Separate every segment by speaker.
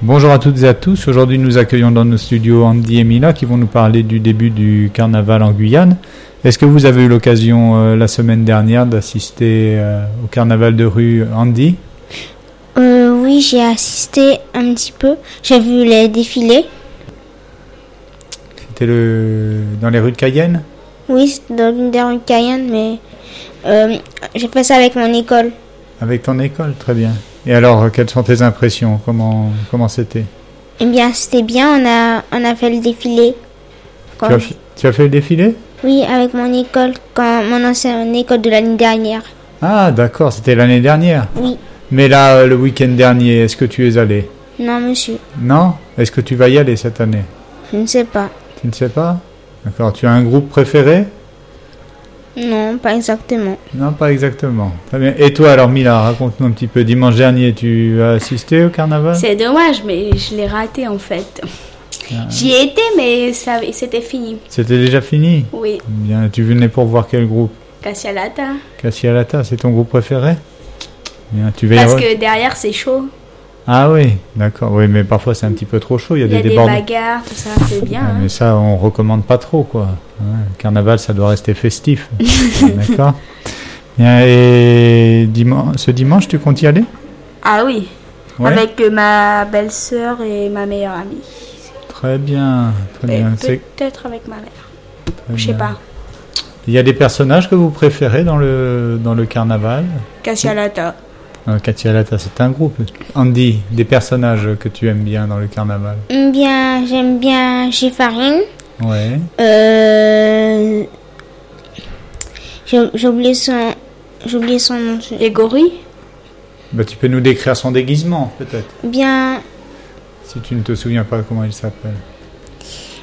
Speaker 1: Bonjour à toutes et à tous. Aujourd'hui, nous accueillons dans nos studios Andy et Mila qui vont nous parler du début du carnaval en Guyane. Est-ce que vous avez eu l'occasion euh, la semaine dernière d'assister euh, au carnaval de rue Andy
Speaker 2: Euh, oui, j'ai assisté un petit peu. J'ai vu les défilés.
Speaker 1: C'était le... dans les rues de Cayenne
Speaker 2: Oui, c'est dans une des rues de Cayenne, mais euh, j'ai fait ça avec mon école.
Speaker 1: Avec ton école, très bien. Et alors, euh, quelles sont tes impressions Comment comment c'était
Speaker 2: Eh bien, c'était bien. On a, on a fait le défilé. Quand-
Speaker 1: tu, as... fi- tu as fait le défilé
Speaker 2: Oui, avec mon école, quand mon ancienne école de l'année dernière.
Speaker 1: Ah, d'accord, c'était l'année dernière.
Speaker 2: Oui.
Speaker 1: Mais là, euh, le week-end dernier, est-ce que tu es allé
Speaker 2: Non, monsieur,
Speaker 1: Non Est-ce que tu vas y aller cette année
Speaker 2: je ne sais pas.
Speaker 1: Tu ne sais pas D'accord, tu as un groupe préféré
Speaker 2: Non, pas exactement.
Speaker 1: Non, pas exactement. Très bien. Et toi, alors, Mila, raconte-nous un petit peu. Dimanche dernier, tu as assisté au carnaval
Speaker 3: C'est dommage, mais je l'ai raté en fait.
Speaker 1: Ah.
Speaker 3: J'y étais, mais ça, c'était fini.
Speaker 1: C'était déjà fini
Speaker 3: Oui,
Speaker 1: Bien, tu venais pour voir quel groupe
Speaker 3: Cassia Lata.
Speaker 1: Cassialata, c'est ton groupe préféré Bien, tu vas y
Speaker 3: Parce
Speaker 1: re-
Speaker 3: que derrière, c'est chaud.
Speaker 1: Ah oui, d'accord. Oui, mais parfois c'est un petit peu trop chaud. Il y a
Speaker 3: Il y a
Speaker 1: des
Speaker 3: des
Speaker 1: débordements.
Speaker 3: bagarres, tout ça, c'est bien.
Speaker 1: Ah,
Speaker 3: hein.
Speaker 1: mais ça, on recommande pas trop, quoi. Hein, le carnaval, ça doit rester festif. Ah, d'accord Bien, et diman- ce dimanche, tu comptes y aller
Speaker 3: Ah oui,
Speaker 1: Ouais.
Speaker 3: avec euh, ma belle-sœur et ma meilleure amie.
Speaker 1: Très bien, très
Speaker 3: Mais
Speaker 1: bien. C'est-
Speaker 3: Peut-être avec ma mère,
Speaker 1: très
Speaker 3: bah, je sais
Speaker 1: bien.
Speaker 3: pas.
Speaker 1: Il y a des personnages que vous préférez dans le, dans le carnaval
Speaker 3: Cassia Lata.
Speaker 1: Euh, Katia Lata, c'est un groupe. Andy, des personnages que tu aimes bien dans le carnaval
Speaker 2: Eh bien, j'aime bien Géfarine.
Speaker 1: Ouais.
Speaker 2: Euh... J'ai j'ai oublié son... J'ai oublié son nom. je-
Speaker 3: Et Gori
Speaker 1: Bah, tu peux nous décrire son déguisement, peut-être,
Speaker 2: Eh Bien...
Speaker 1: si tu ne te souviens pas comment il s'appelle.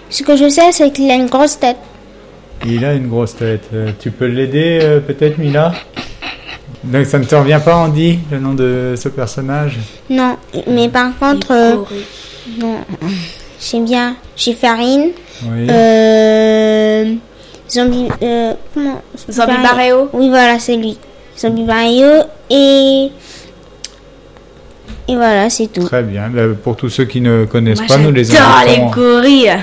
Speaker 2: Ce que je sais, c'est qu'il a une grosse tête.
Speaker 1: Il a une grosse tête. Euh, tu peux l'aider, euh, peut-être, Mila Donc, ça ne te revient pas, Andy, le nom de ce personnage
Speaker 2: Non, mais par contre, euh, non. J'aime bien. J'ai farine.
Speaker 1: Oui.
Speaker 2: Euh, zombie. Euh, comment
Speaker 3: Zombie Barreo.
Speaker 2: Oui, voilà, c'est lui. Zombie Barrio. Et. Et voilà, c'est tout.
Speaker 1: Très bien. Bah, pour tous ceux qui ne connaissent
Speaker 3: Moi,
Speaker 1: pas, nous les
Speaker 3: j'adore les
Speaker 1: invitons-
Speaker 3: gorilles.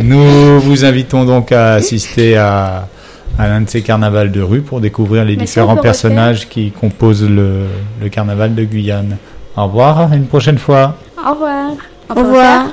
Speaker 1: Nous vous invitons donc à assister à, à l'un de ces carnavals de rue pour découvrir les
Speaker 3: Mais ça, on
Speaker 1: différents
Speaker 3: peut
Speaker 1: personnages qui composent le, le carnaval de Guyane. Au revoir, à une prochaine fois.
Speaker 3: Au revoir.
Speaker 2: Au revoir.